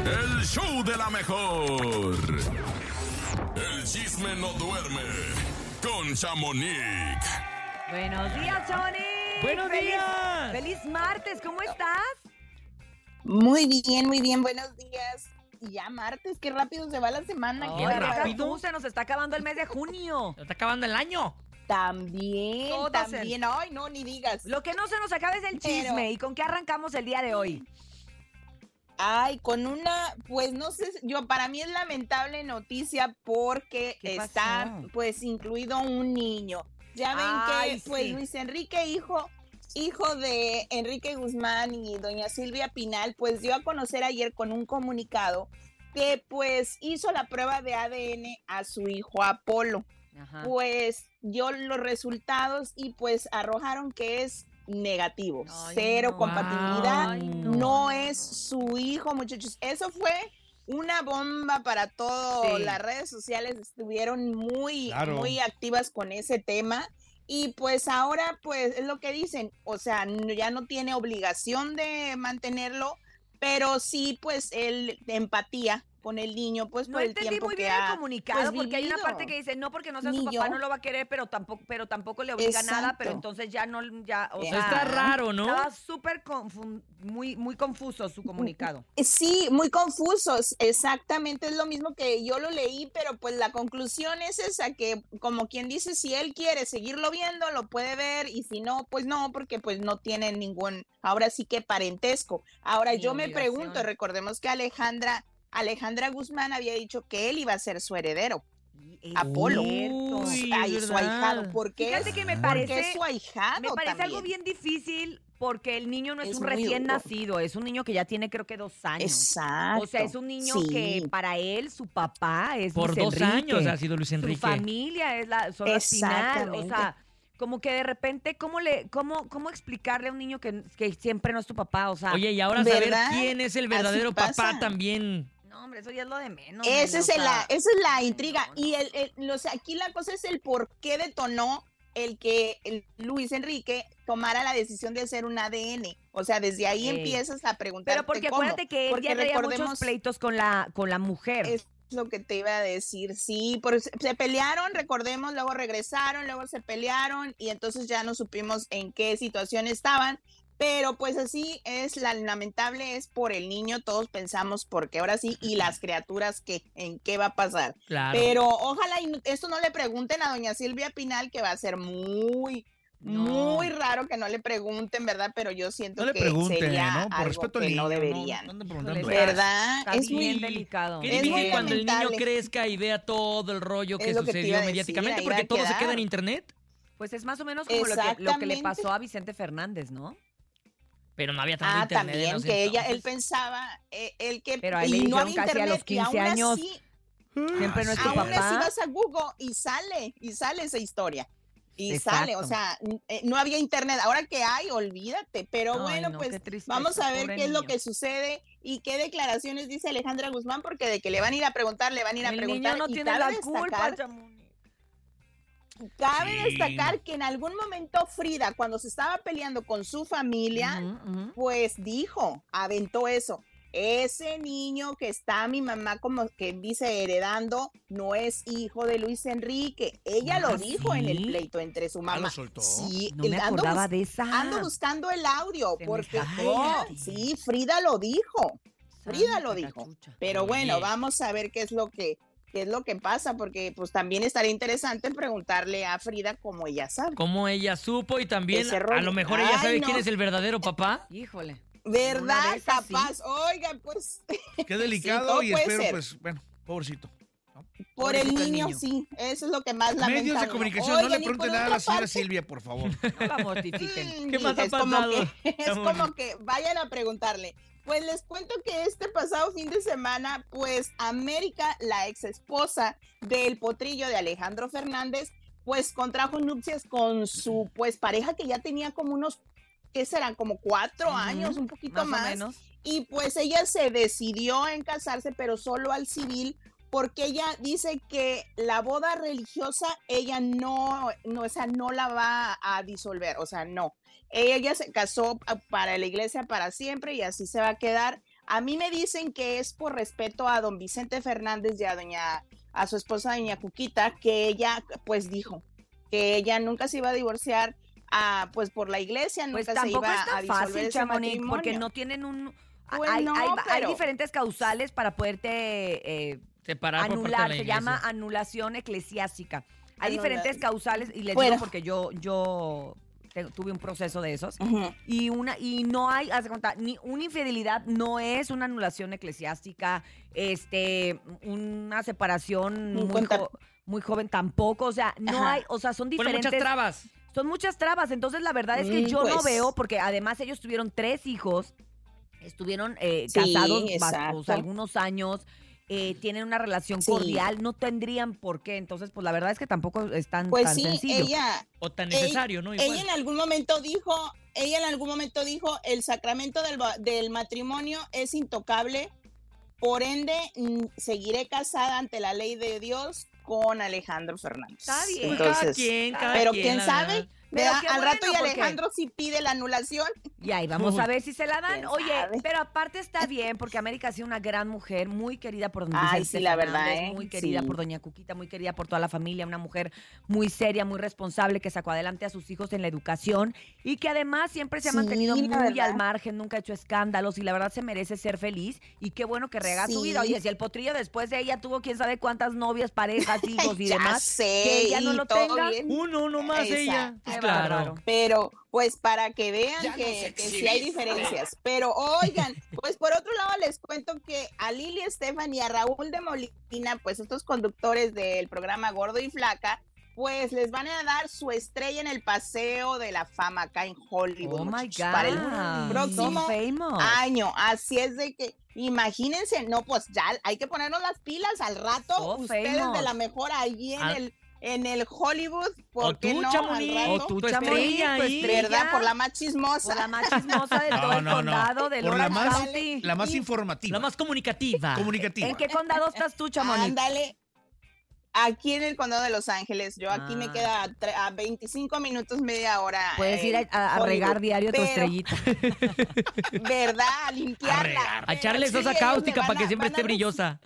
El show de la mejor. El chisme no duerme con Chamonix. Buenos días, Chamonix. ¡Buenos Feliz- días! Feliz martes, ¿cómo estás? Muy bien, muy bien, buenos días. Y ya martes, qué rápido se va la semana. Ay, Oye, qué bárbaro. rápido. tú, se nos está acabando el mes de junio. ¡Ya está acabando el año! También, Todas en- también. Ay, no, ni digas. Lo que no se nos acaba es el chisme. Pero- ¿Y con qué arrancamos el día de hoy? Ay, con una, pues no sé, yo para mí es lamentable noticia porque ¿Qué pasó? está pues incluido un niño. Ya ven Ay, que pues sí. Luis Enrique hijo hijo de Enrique Guzmán y doña Silvia Pinal pues dio a conocer ayer con un comunicado que pues hizo la prueba de ADN a su hijo Apolo. Ajá. Pues dio los resultados y pues arrojaron que es negativo, Ay, cero no. compatibilidad Ay, no, es su hijo, muchachos. Eso fue una bomba para todo. Sí. Las redes sociales estuvieron muy, Claro. muy activas con ese tema. Y pues ahora, pues es lo que dicen, o sea, no- ya no tiene obligación de mantenerlo, pero sí, pues él empatía con el niño, pues No por el entendí tiempo muy que bien el ha comunicado, pues, porque hay una vivido. parte que dice, no, porque no sea su Ni papá, yo. no lo va a querer, pero tampoco, pero tampoco le obliga nada, pero Exacto. entonces ya no, ya, o Ya. sea, Está raro, ¿no? estaba súper confun- muy, muy confuso su comunicado. Sí, muy confusos, exactamente es lo mismo que yo lo leí, pero pues la conclusión es esa, que como quien dice, si él quiere seguirlo viendo, lo puede ver y si no, pues no, porque pues no tienen ningún, ahora sí que parentesco. Ahora Ni yo me obligación. pregunto, recordemos que Alejandra, Alejandra Guzmán había dicho que él iba a ser su heredero, Y es Apolo, cierto. Uy, ay, es su ahijado, verdad. porque es, Fíjate que me porque es parece, su ahijado me parece algo bien también. difícil porque el niño no es, Es un muy recién duro. nacido, es un niño que ya tiene creo que dos años. Exacto. O sea, es un niño que sí. para él, su papá es Por Luis dos Enrique. años ha sido Luis Su Enrique. familia es la son las Pinal, o Exactamente. sea, como que de repente cómo le cómo cómo explicarle a un niño que, que siempre no es tu papá, o sea, Oye, y ahora ¿Verdad? saber quién es el verdadero Así papá pasa. también. no, hombre, eso ya es lo de menos. Ese nena, es o el- la, sea, esa es la no, intriga. no, Y no. el, el- los- aquí la cosa es el por qué detonó el que el Luis Enrique tomara la decisión de hacer un ADN. O sea, desde ahí Ey. empiezas a preguntar. Pero porque acuérdate que él Porque ya traía muchos recordemos- pleitos con la con la mujer. Es lo que te iba a decir, sí, por- se se pelearon, recordemos, luego regresaron, luego se pelearon y entonces ya no supimos en qué situación estaban, pero pues así es, la lamentable es por el niño, todos pensamos porque ahora sí, y las criaturas que en qué va a pasar. Claro. Pero ojalá y no- esto no le pregunten a doña Silvia Pinal, que va a ser muy, No. muy raro que no le pregunten, ¿verdad? Pero yo siento No le que pregunten, sería ¿no? Por algo respeto al que niño. no no- deberían. no anden preguntando. Híjole, Eso. ¿verdad? Está Es muy- bien delicado. Qué Es difícil muy cuando el niño lamentable. crezca y vea todo el rollo que Es lo que te iba sucedió a decir, mediáticamente, ahí va porque a todo se quedar. queda en internet. Pues es más o menos como lo que, lo que le Exactamente. pasó a Vicente Fernández, ¿no? Pero no había tanto Ah, internet. en también, los que ella, él entonces. pensaba, eh, él que... Pero a él le dijeron había casi a los 15 aún años, así- Siempre no es tu Mm. aún papá. así vas a Google y sale, y sale esa historia. Y Exacto. sale, o sea, n- eh, no había internet. Ahora que hay, olvídate. Pero Ay, bueno, no, pues qué tristeza, Vamos a ver pobre qué es lo niño. que sucede y qué declaraciones dice Alejandra Guzmán, porque de que le van a ir a preguntar, le van a ir a El preguntar. niño no y tiene cabe la culpa, destacar, Chamonix. cabe Sí. destacar que en algún momento Frida, cuando se estaba peleando con su familia, Ujú, ujú. pues dijo, aventó eso. Ese niño que está mi mamá como que dice heredando no es hijo de Luis Enrique. Ella Ah, lo dijo en el ¿sí? pleito entre su Ah, mamá. lo soltó. Sí, No me ando acordaba de esa. Ando buscando el audio Se me porque escapa. oh, Ay. sí, Frida lo dijo. Frida lo Santa dijo. cachucha. Pero bueno, Oye. vamos a ver qué es lo que qué es lo que pasa porque pues también estaría interesante preguntarle a Frida como ella sabe. Cómo ella supo y también Ese a rollo. lo mejor ella Ay, sabe no. Eh, quién es el verdadero papá. Híjole. ¿Verdad? de esas, sí. Capaz. Oigan, pues Qué todo delicado y puede espero, ser. pues, bueno, pobrecito. por el Pobrecito el niño, niño. sí, eso es lo que más lamentable. Medios de comunicación, no Oigan, le y por pregunten nada otra a la señora parte, Silvia, por favor. No la mortifiquen. Mm, ¿Qué más hija, ha es como pasado? que- es Ramón? como que vayan a preguntarle. Pues les cuento que este pasado fin de semana, pues América, la ex esposa del potrillo de Alejandro Fernández, pues contrajo nupcias con su pues pareja que ya tenía como unos, ¿qué serán? Como cuatro Ujú, años, un más poquito o más. menos. Y pues ella se decidió en casarse, pero solo al civil, porque ella dice que la boda religiosa, ella no, no, o sea, no la va a disolver, o sea, no. Ella se casó pa- para la iglesia para siempre y así se va a quedar. A mí me dicen que es por respeto a don Vicente Fernández y a doña, a su esposa doña Cuquita, que ella pues dijo que ella nunca se iba a divorciar ah, pues por la iglesia, Pues nunca se tampoco iba es a tan disolver fácil, ese Chamonix, porque matrimonio. no tienen un... Pues hay, no, hay- hay pero- diferentes causales para poderte eh, Separar por parte de anular, la se iglesia. llama anulación eclesiástica. Hay Anular. diferentes causales, y les Bueno. digo porque yo, yo te- tuve un proceso de esos, Ujú. y una y no hay haz de cuenta ni una infidelidad no es una anulación eclesiástica este una separación muy, Un conta- jo- muy joven tampoco o sea no Ajá. hay o sea son Ponen diferentes muchas trabas. son muchas trabas entonces la verdad es que Mm, yo no pues. veo porque además ellos tuvieron tres hijos estuvieron eh, Sí, casados bas- exacto. pues, algunos años eh, tienen una relación Sí. cordial no tendrían por qué entonces pues la verdad es que tampoco es tan, Pues tan sí, sencillo ella, O tan Ey, necesario, ¿no? Igual. ella en algún momento dijo, ella en algún momento dijo, el sacramento del, va- del matrimonio es intocable, por ende mm, seguiré casada ante la ley de Dios con Alejandro Fernández. Está bien. Pues cada Entonces, quien, cada pero quien, quién la sabe, verdad. Pero ¿verdad? qué al rato bueno, y porque- Alejandro sí pide la anulación. Y ahí vamos Uy. a ver si se la dan. ¿Quién Oye, sabe? pero aparte está bien, porque América ha sido una gran mujer, muy querida por don Ay, Vicente sí, la verdad, Fernández, ¿eh? muy querida Sí. por doña Cuquita, muy querida por toda la familia, una mujer muy seria, muy responsable, que sacó adelante a sus hijos en la educación y que además siempre se ha Sí, mantenido la muy verdad. al margen, nunca ha hecho escándalos y la verdad se merece ser feliz y qué bueno que rega su Sí. vida. Oye, si el potrillo después de ella tuvo quién sabe cuántas novias, parejas, hijos y ya demás, sé, que ella no y lo todo tenga. bien. Uno nomás Exacto. ella. Pues Qué claro. bárbaro. Pero, pues para que vean Ya nos que, que sí exhibiste. hay diferencias. Pero oigan, pues por otro lado les cuento que a Lili Estefan y a Raúl de Molina, pues estos conductores del programa Gordo y Flaca, pues les van a dar su estrella en el Paseo de la Fama acá en Hollywood. oh my muchachos, God, Para el próximo so famous. año. Así es de que, imagínense, no, pues ya hay que ponernos las pilas al rato. Oh, ustedes famous. de la mejor allí en Ah. el en el Hollywood, O ¿por qué tú, no? Pues Chamonix. Al rato, O tú, Tu estrella tu ahí. estrella. ¿Verdad? Por la más Por chismosa. la más chismosa de todo No, el no, no. condado del Por la Orange más- County. La más Sí. informativa. La más comunicativa. comunicativa. ¿En qué condado estás tú, Chamonix? Ándale. Aquí en el condado de Los Ángeles, yo aquí Ah. me queda a, tre- a 25 minutos, media hora. Puedes eh, ir a, a- a Hollywood. regar diario tu Pero, estrellita. ¿Verdad? A limpiarla. A echarle Sí, salsa ellos le cáustica van para que a- siempre van a esté re- brillosa.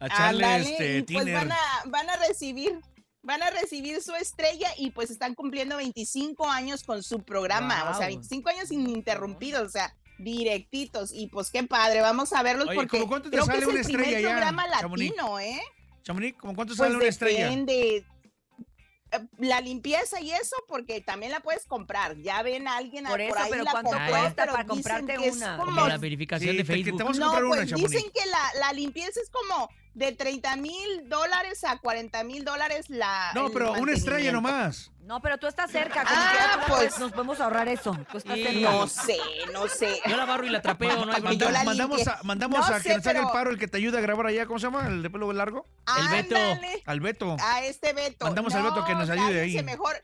A echarle Ándale, este, y pues tiner. van a, van a recibir. Van a recibir su estrella y pues están cumpliendo 25 años con su programa, o Guau. sea, 25 años ininterrumpidos, o sea, directitos y pues qué padre, vamos a verlos Oye, porque ¿cómo cuánto te creo que sale es una el primer estrella ya, programa Chamonix? latino, ¿eh? Chamonix, ¿cómo cuánto Pues sale una estrella? depende. Eh, La limpieza y eso, porque también la puedes comprar. Ya ven a alguien a- Por eso, ahí pero la ¿cuánto compró, cuesta pero para dicen comprarte que es una? como- Como la verificación Sí, de te- que te Facebook. vamos a comprar no, una, pues Chamonix. dicen que la, la limpieza es como de 30 mil dólares a 40 mil dólares la. No, el pero una estrella mantenimiento. nomás. No, pero tú estás cerca. como Ah, quiera, tú la pues. puedes- Nos podemos ahorrar eso. Tú estás Y- cerca. No sé, no sé. Yo la barro y la trapeo, no hay Porque yo la Mandamos, problema. mandamos limpié. a, mandamos No a que sé, nos haga el pero- paro el que te ayuda a grabar allá, ¿cómo se llama? El de pelo largo. El Beto. Ándale. Al Beto. a este Beto. Mandamos al Beto que nos ayude ahí. cállense mejor.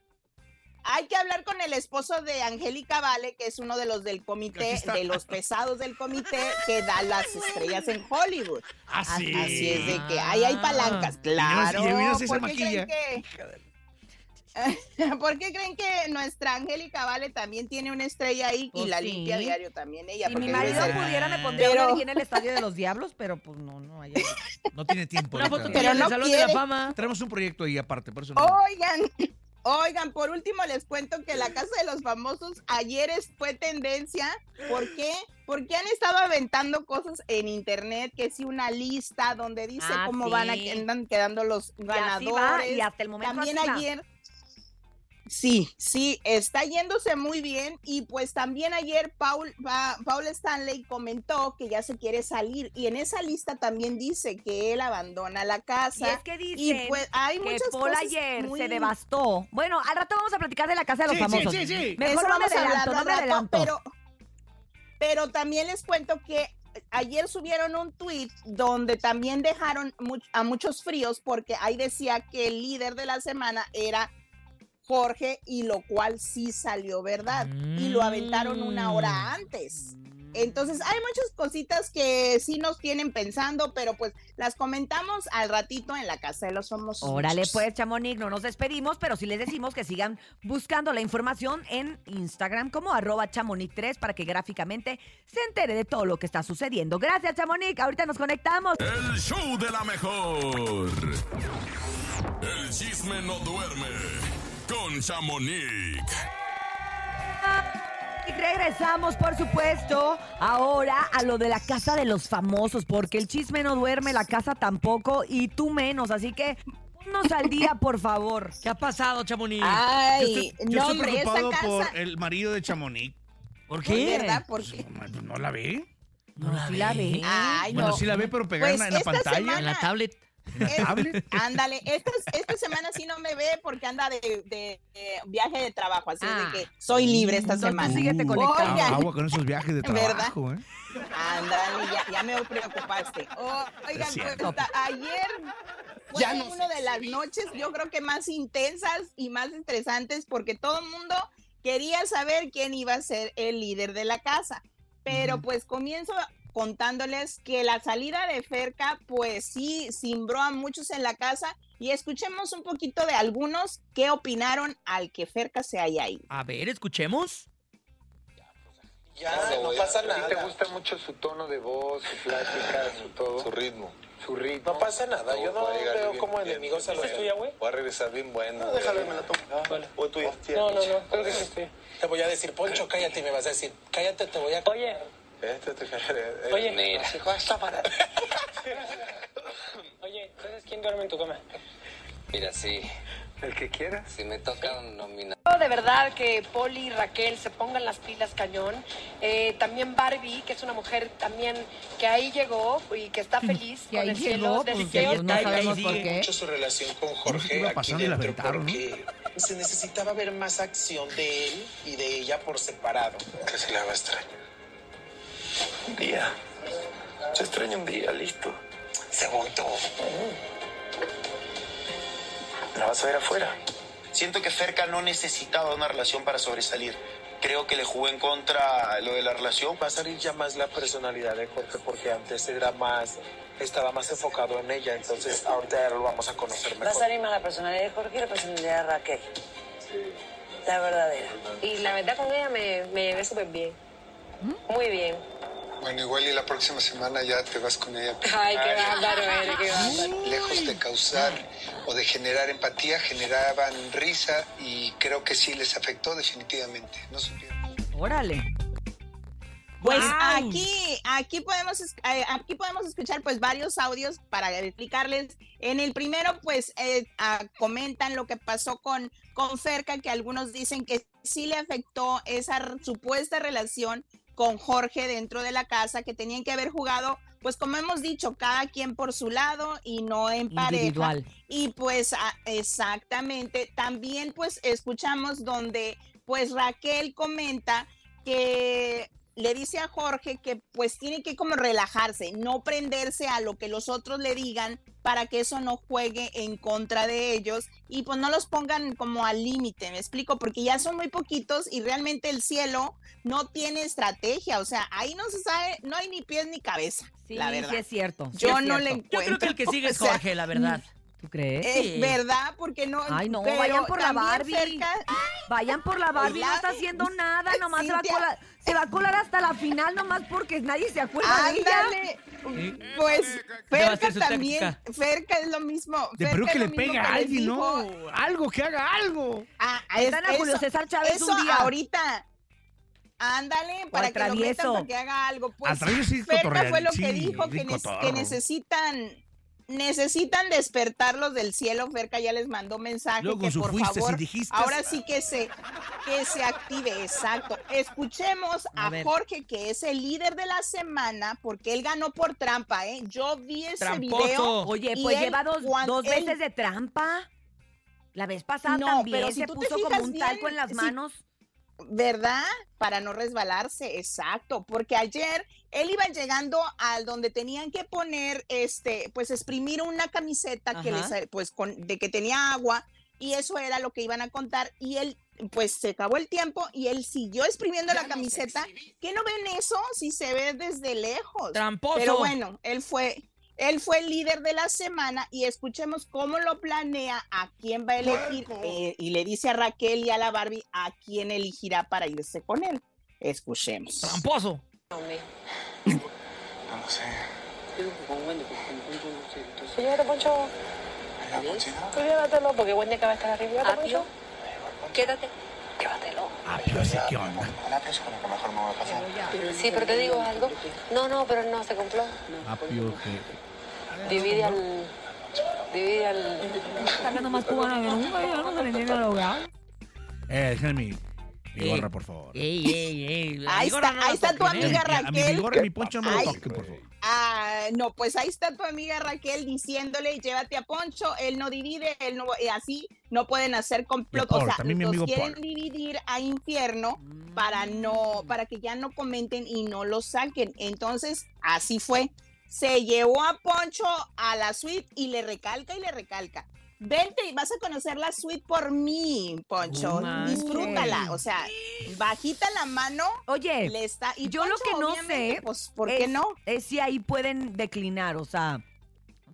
Hay que hablar con el esposo de Angélica Vale, que es uno de los del Aquí comité, está. de los pesados del comité que da las estrellas en Hollywood. Así. Así es de que ahí hay palancas, Ah. claro. Ah, Y yo- y yo sí se ¿Por qué maquilla. creen que- ¿Por qué creen que nuestra Angélica Vale también tiene una estrella ahí Pues y la sí. limpia diario también ella? Si porque mi debe marido ser- pudiera, me pondría Pero- una aquí en el Estadio de los Diablos, pero pues no, no. Allá. No tiene tiempo. Una ahorita. foto Pero tuya en el no Salón de quiere. la Fama. Tenemos un proyecto ahí aparte, por eso no. Oigan, oigan, por último les cuento que la Casa de los Famosos ayer es- fue tendencia. ¿Por qué? Porque han estado aventando cosas en internet, que sí, una lista donde dice Ah, cómo sí. van a andan quedando los Y así va, ganadores. y hasta el momento También así va. ayer. Sí, sí, está yéndose muy bien y pues también ayer Paul, Pa- Paul Stanley comentó que ya se quiere salir y en esa lista también dice que él abandona la Y casa. es que dicen pues hay que muchas Paul cosas ayer muy- se devastó. Bueno, al rato vamos a platicar de la casa de los Sí, sí, famosos. sí, sí. Mejor no me vamos a adelanto, no hablarlo me al rato, adelanto. Pero, pero también les cuento que ayer subieron un tweet donde también dejaron much- a muchos fríos porque ahí decía que el líder de la semana era Mm. Jorge y lo cual sí salió verdad y lo aventaron una hora antes. Entonces, hay muchas cositas que sí nos tienen pensando, pero pues las comentamos al ratito en la casa de los famosos. Órale, pues, Chamonix, no nos despedimos, pero sí les decimos que sigan buscando la información en Instagram como arroba chamonix3 para que gráficamente se entere de todo lo que está sucediendo. Gracias, Chamonix. Ahorita nos conectamos. El show de la mejor. El chisme no duerme. Con Chamonix. Y regresamos, por supuesto, ahora a lo de la casa de los famosos, porque el chisme no duerme, la casa tampoco y tú menos, así que ponnos al día, por favor. ¿Qué ha pasado, Chamonix? Ah, Yo Ay, estoy, yo no, estoy hombre, esa preocupado casa. por el marido de Chamonix. ¿Por Pues, qué? ¿Verdad? pues Porque. No, no la ve. No, sí la ve. Ay, Bueno, no. sí la ve, pero pegada Pues en la esta pantalla. En la semana- tablet. En la Es- tablet. Ándale, esta, esta semana sí no me ve porque anda de, de- de viaje de trabajo, así Ah. de que soy libre esta Entonces, semana. sí. síguete conectado. agua- Agua con esos viajes de ¿Verdad? trabajo, ¿eh? Ándale, ya, ya me preocupaste. Oh, oigan, Es cierto. pues, ta- ayer fue Ya no una de las noches, yo creo que más intensas y más estresantes porque todo el mundo quería saber quién iba a ser el líder de la casa. Pero pues comienzo contándoles que la salida de Ferca, pues sí, cimbró a muchos en la casa y escuchemos un poquito de algunos que opinaron al que Ferca se haya ido. A ver, escuchemos. Ya, Ah, no pasa nada. te gusta mucho su tono de voz, su plática, su todo? Su ritmo. Su ritmo. No pasa nada. Yo no veo como enemigos a los ¿Es tuya, güey? Voy a regresar bien bueno. No, déjalo, me la tomo. Eh, ah, O tuya. No, no, no. Creo que sí, este, Te voy a decir, Poncho, cállate. Y me vas a decir, cállate, te voy a... Oye. Este te Oye. Mira. está para... Oye, ¿sabes quién duerme en tu cama? Mira, sí, El que quieras. si me toca nominar. De verdad que Poli y Raquel se pongan las pilas cañón. Eh, también Barbie, que es una mujer también que ahí llegó y que está feliz Mm, Que con ahí el cielo llegó, del pues, cielo. que no Ahí- ahí sabemos sigue. por qué. Mucho su relación con No sé qué Jorge iba aquí pasando y la dentro aventaron, ¿no? porque se necesitaba ver más acción de él y de ella por separado. Que se la va a extrañar. Un día. Se extraña un día, listo. Se voltó. La vas a ver afuera. Siento que Ferca no necesitaba una relación para sobresalir. Creo que le jugué en contra lo de la relación. Va a salir ya más la personalidad de Jorge porque antes era más, estaba más enfocado en ella, entonces ahorita ya lo vamos a conocer Va a mejor. salir más la personalidad de Jorge y la personalidad de Raquel. La verdadera. Y la verdad con ella me, me llevé súper bien. ¿Mm? Muy bien. Bueno, igual y la próxima semana ya te vas con ella. Ay, qué bárbaro, eres, qué bárbaro. Lejos de causar o de generar empatía, generaban risa y creo que sí les afectó definitivamente. No supieron. Órale. Pues ¡Guau! aquí, aquí podemos, es- eh, aquí podemos escuchar pues varios audios para explicarles. En el primero, pues eh, ah, comentan lo que pasó con, con Ferca, que algunos dicen que sí le afectó esa r- supuesta relación con Jorge dentro de la casa, que tenían que haber jugado, pues como hemos dicho, cada quien por su lado y no en pareja. Individual. Y pues ah, exactamente, también pues escuchamos donde pues Raquel comenta que le dice a Jorge que pues tiene que como relajarse, no prenderse a lo que los otros le digan para que eso no juegue en contra de ellos y pues no los pongan como al límite, me explico, porque ya son muy poquitos y realmente el cielo no tiene estrategia, o sea, ahí no se sabe, no hay ni pies ni cabeza, Sí, la verdad. sí es cierto. Yo Sí es cierto. no le Yo encuentro. creo que el que sigue es o sea, Jorge, la verdad. ¿Tú crees? es Sí. verdad, porque no. Ay, no, pero vayan por la también Barbie. cerca- Vayan por la Barbie, no Oiga. está haciendo nada, nomás se va, a Cintia. colar, se va a colar hasta la final, nomás porque nadie se acuerda de ella. Ándale. Pues Ya va a ser Ferca su también, táctica. Ferca es lo mismo. De Ferca Perú es que lo le mismo pega a les alguien, dijo ¿no? Algo, que haga algo. a- a- Metan a eso- Julio César Chávez eso un día. ahorita. Ándale, para que lo metan, travieso. para que haga algo. Al Pues travieso sí Ferca cotorrea, fue lo sí, que dijo, que, rico nes- que torro. necesitan... Necesitan despertarlos del cielo. Ferca ya les mandó mensaje Luego que con su por fuiste, favor si dijiste. Ahora sí que se, que se active, exacto. Escuchemos A a, ver. Jorge, que es el líder de la semana, porque él ganó por trampa, ¿eh? Yo vi ese video. Tramposo. Oye, Y pues él, lleva dos, cuando dos él- veces de trampa. La vez pasada No, también pero si se tú te puso como fijas un bien, talco en las sí. manos. ¿Verdad? Para no resbalarse, exacto, porque ayer él iba llegando al donde tenían que poner, este, pues exprimir una camiseta que Ajá. les, pues con, de que tenía agua y eso era lo que iban a contar y él pues se acabó el tiempo y él siguió exprimiendo la camiseta. ¿Qué no ven eso si se ve desde lejos? Tramposo. Pero bueno, él fue él fue el líder de la semana y escuchemos cómo lo planea, a quién va a elegir eh, y le dice a Raquel y a la Barbie a quién elegirá para irse con él. Escuchemos. Tramposo. No sé. Sí, llévate, Poncho. Tú llévatelo, porque Wendy acaba de estar arriba. Llévate, Poncho. Quédate. Llévatelo. Ah, Apio con el que mejor me voy a pasar. Sí, pero te digo algo. No, no, pero no, se compró. Apio, que- Divide al... Divide al... Sacando más cubana que nunca, ya no se le entiende lo que Eh, déjenme mi, mi Eh, gorra, por favor. Ey, ey, ey. Ahí Digo, está- no, no ahí lo está tu toquen, ¿eh? amiga Mi- a mi- Raquel. Mi gorra y mi poncho no me Ay. lo toquen, por favor. Ah, no, pues ahí está tu amiga Raquel diciéndole, llévate a Poncho, él no divide, él no, y así no pueden hacer complot, Y a Paul, o sea, también mi los amigo quieren Paul. dividir a infierno para Mm. no, para que ya no comenten y no lo saquen. Entonces, así fue. Se llevó a Poncho a la suite y le recalca y le recalca. Vente y vas a conocer la suite por mí, No Poncho. manches. Disfrútala. O sea, bajita la mano, Oye, le está. Y yo lo Poncho, que no obviamente, sé Pues, ¿por es- qué no? es si ahí pueden declinar, o sea,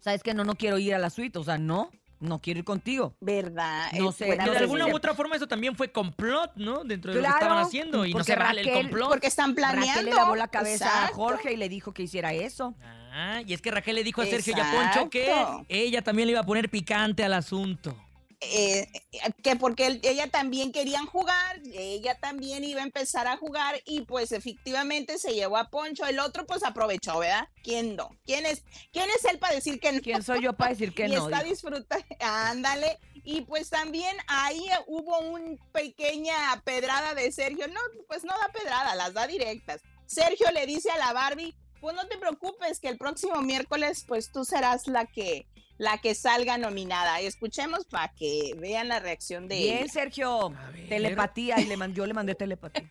sabes que no, no quiero ir a la suite, o sea, no, no quiero ir contigo. ¿Verdad? No Eh, sé, fuera no Pero de de sé alguna si- sí. u otra forma eso también fue complot, ¿no? Dentro de lo Claro, que estaban haciendo y no porque se vale el Raquel- complot. Porque están planeando. Raquel le lavó la cabeza a Exacto. Jorge y le dijo que hiciera eso. Ah, y es que Raquel le dijo a Sergio y a Poncho que Exacto. ella también le iba a poner picante al asunto. Eh, eh, que porque él- ella también querían jugar, ella también iba a empezar a jugar y pues efectivamente se llevó a Poncho. El otro pues aprovechó, ¿verdad? ¿Quién no? ¿Quién es, quién es él para decir que no? ¿Quién soy yo para decir que y no? está Dijo. disfrutando. Ándale. Y pues también ahí hubo una pequeña pedrada de Sergio. No, pues no da pedrada, las da directas. Sergio le dice a la Barbie, pues no te preocupes que el próximo miércoles pues tú serás la que la que salga nominada. Escuchemos para que vean la reacción de Bien, ella. Sergio. A ver. Telepatía. Y le man- yo le mandé telepatía.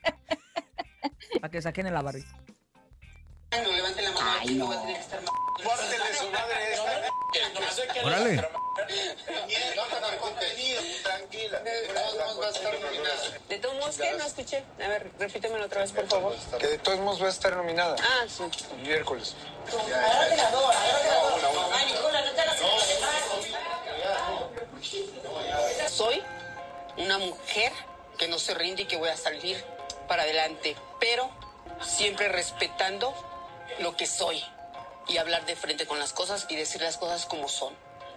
para que saquen el barrio. Levanten la mano. Ay, no. Pórtele su madre esta. Órale. No te dan contenido, tranquila. De todos modos, ¿qué? No escuché. A ver, repítemelo otra vez, por favor. Que de todos modos va a estar nominada. Ah, sí. Miércoles. Soy una mujer que no se rinde y que voy a salir para adelante, pero siempre respetando lo que soy y hablar de frente con las cosas y decir las cosas como son.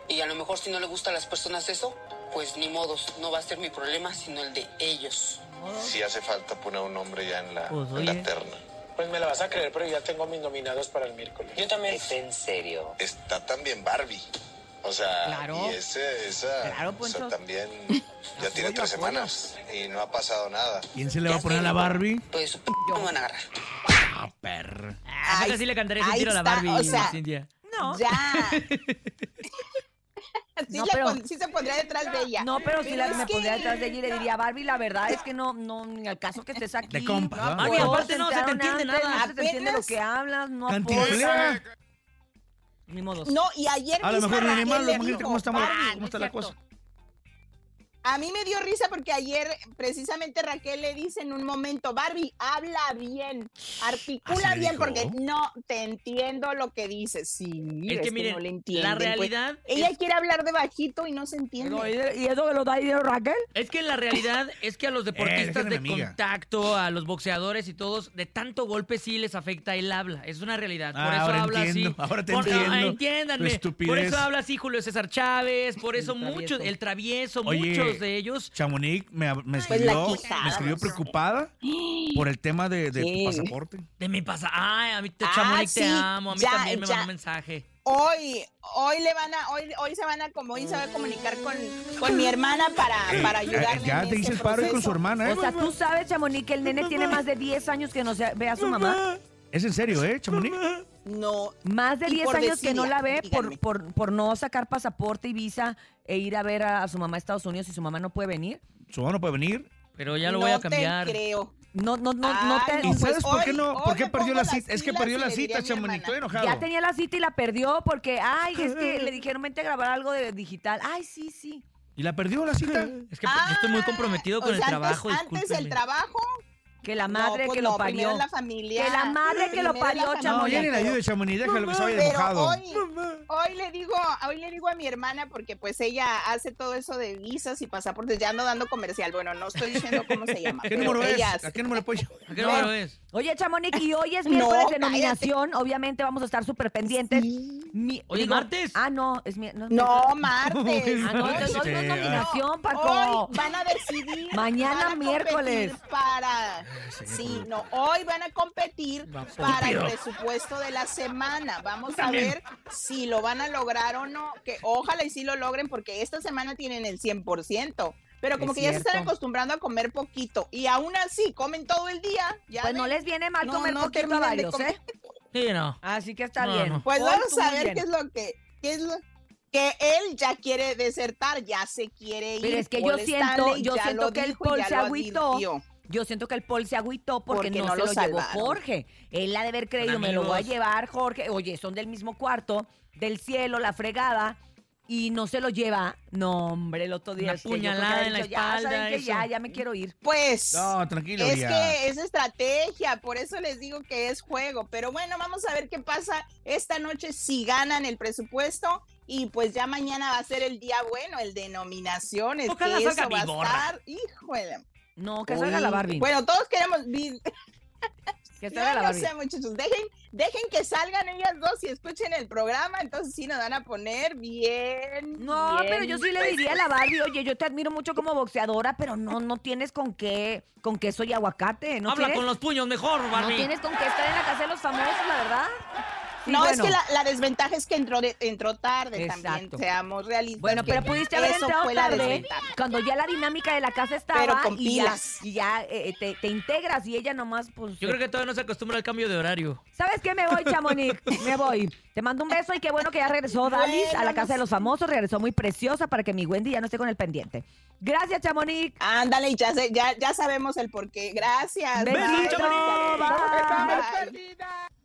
Y a lo mejor si no le gusta a las personas eso, pues ni modos, no va a ser mi problema, sino el de ellos. Si hace falta poner un nombre ya en la, Pues, en la oye. terna. Pues me la vas a creer, pero ya tengo mis nominados para el miércoles. Este, Yo también. en serio. Está también Barbie. O sea, Claro. y ese, esa, Claro, o sea, Poncho. también ya tiene tres semanas y no ha pasado nada. ¿Quién se le va a poner a la Barbie? Pues su p me van a agarrar. Ah, perra. Ah, Ahí- eso que sí le cantaré ahí ese tiro a la está, Barbie, o sea, Cintia. No. Ya. sí, No, la pero- pon- sí se pondría detrás de ella. No, pero si la, es me que- pondría detrás de ella y le diría, Barbie, la verdad es que no, no, ni al caso que estés aquí. De compas, ¿no? Barbie, Bueno, aparte no se te sentaron entiende antes, nada. No se te entiende lo apenas- que hablas, no aportas. Cantinflea. Ni modo. No, y ayer A lo misma mejor Raquel el animal, le imagínate dijo, cómo está, "Barbie, cómo está la cosa. A mí me dio risa porque ayer precisamente Raquel le dice en un momento, Barbie, habla bien, articula ¿Así le bien dijo? porque no te entiendo lo que dices. Sí, es, Es que que miren, no le la entienden, pues. realidad Ella quiere hablar de bajito y no se entiende. Pero, ¿Y y eso que lo da ahí Raquel? Es que la realidad es que a los deportistas déjenme, de Eh, amiga. contacto, a los boxeadores y todos, de tanto golpe sí les afecta el habla. Es una realidad. Por Ah, eso ahora habla entiendo, así. ahora te Por- ah, entiendo. Tu Entiéndanme. estupidez. Por eso habla así Julio César Chávez, por eso El muchos, travieso. el travieso, Oye. muchos de ellos. Chamonix me, me Pues la escribió, quijada, me escribió no sé. preocupada por el tema de, de tu Sí. pasaporte. De mi pasa. Ay, a mí te, Ah, Chamonix, te sí, amo. A mí ya, también me ya. mandó un mensaje. Hoy, hoy le van a, hoy, hoy se van a como hoy se va a comunicar con, con mi hermana para, Eh, para Ya- ayudarle. Ah, ya en te este hice el paro ahí con su proceso. hermana, ¿eh? O sea, tú sabes, Chamonix, que el nene tiene más de 10 años que no se ve a su mamá. Es en serio, ¿eh, Chamonix? No, Más de Y 10 por años que no decirla, la ve por, díganme. por, por no sacar pasaporte y visa e ir a ver a, a su mamá a Estados Unidos y su mamá no puede venir. Su mamá no puede venir. Pero ya lo no voy a cambiar. te creo. No, no, no, no Ay, te... no, ¿Y pues sabes por qué hoy- no? hoy ¿Por qué me perdió pongo la las cita? Es que pilas perdió y la le diría a cita, mi Chamonix. Estoy hermana. enojado. Ya tenía la cita y la perdió porque, ay, es que le dijeron, vente a grabar algo de digital. Ay, sí, sí. ¿Y la perdió la cita? Es que yo estoy muy comprometido con Ah, O sea, el trabajo. antes, antes el discúlpenme. trabajo. Que la No, madre pues que no, lo primero parió. la familia. Que la madre que lo Primero la parió, familia. No, ya ni Chamonix. la ayude, Chamonix, déjalo que se vaya de Pero mojado. hoy, hoy le digo, hoy le digo a mi hermana porque pues ella hace todo eso de visas y pasaportes, ya ando dando comercial. Bueno, no estoy diciendo cómo se llama. ¿Qué pero número es? ella ¿A qué número apoyo? ¿A qué número es? Oye, Chamonix, y hoy es No, miércoles de cállate. nominación. Obviamente vamos a estar súper pendientes. Mi- Hoy es digo- martes. Ah, no, es mi- no, es No, miércoles. martes. Ah, no, entonces hoy no es Este, ah. nominación, Paco. Hoy van a decidir. Mañana van a miércoles. competir Para. Sí, no. Hoy van a competir Va, pues, para el estúpido. presupuesto de la semana. Vamos a ver si lo van a lograr o no. Que ojalá y sí lo logren, porque esta semana tienen el 100%. Pero como Es que ya se están cierto. acostumbrando a comer poquito. Y aún así, comen todo el día. Ya Pues no ven. les viene mal No, comer no poquito a terminan de varios, comer. ¿eh? Sí, no. Así que está No, bien. no. Pues Hoy vamos tú a muy ver bien. qué es lo que. Qué es lo, que él ya quiere desertar, ya se quiere ir. Pero es que Paul yo siento- Stanley yo ya siento lo que el dijo y Paul ya se lo agüitó. advirtió. Yo siento que el Paul se agüitó porque, Porque no, no se lo lo, llevó salvaron. Jorge. Él la de haber creído, Son me lo voy a amigos. llevar, Jorge. Oye, son del mismo cuarto, del cielo, la fregada. Y no se lo lleva. No, hombre, el otro día. Una es que yo creo que puñalada haber en la dicho, ya, espalda, ¿saben qué? ya, eso. ya me quiero ir. Pues No, tranquilo, es ya. que es estrategia, por eso les digo que es juego. Pero bueno, vamos a ver qué pasa esta noche si ganan el presupuesto. Y pues ya mañana va a ser el día bueno, el de nominaciones. Ojalá que salga eso va a Vigorra. estar. Híjole. No, que salga la Uy, Barbie. pues, Bueno, todos queremos. vi- que salga No, la no Barbie. sé, muchachos. Dejen, dejen que salgan ellas dos y escuchen el programa. Entonces sí nos van a poner bien. No, bien pues. pero yo sí le diría a la Barbie, oye, yo te admiro mucho como boxeadora, pero no, no tienes con qué, con queso y aguacate, ¿no? Habla tienes, con los puños mejor, no Barbie. tienes con qué estar en la casa de los famosos, la verdad. Sí, no, es bueno. que la, la desventaja es que entró, de- entró tarde Exacto. también, seamos realistas. Bueno, que pero pudiste haber eso entrado fue la tarde ¿eh? desventaja. cuando ya la dinámica de la casa estaba Pero con y ya, pilas. y ya, eh, eh, te, te integras y ella nomás, pues. Yo creo que todavía no se acostumbra al cambio de horario. ¿Sabes qué? Me voy, Chamonix. Me voy. Te mando un beso y qué bueno que ya regresó Dalis a la Bueno, casa de los famosos. Regresó muy preciosa para que mi Wendy ya no esté con el pendiente. Gracias, Chamonix. Ándale, ya, sé- ya, ya sabemos el porqué. Gracias. Besito, Bye. Chamonix. Bye. Bye. Bye.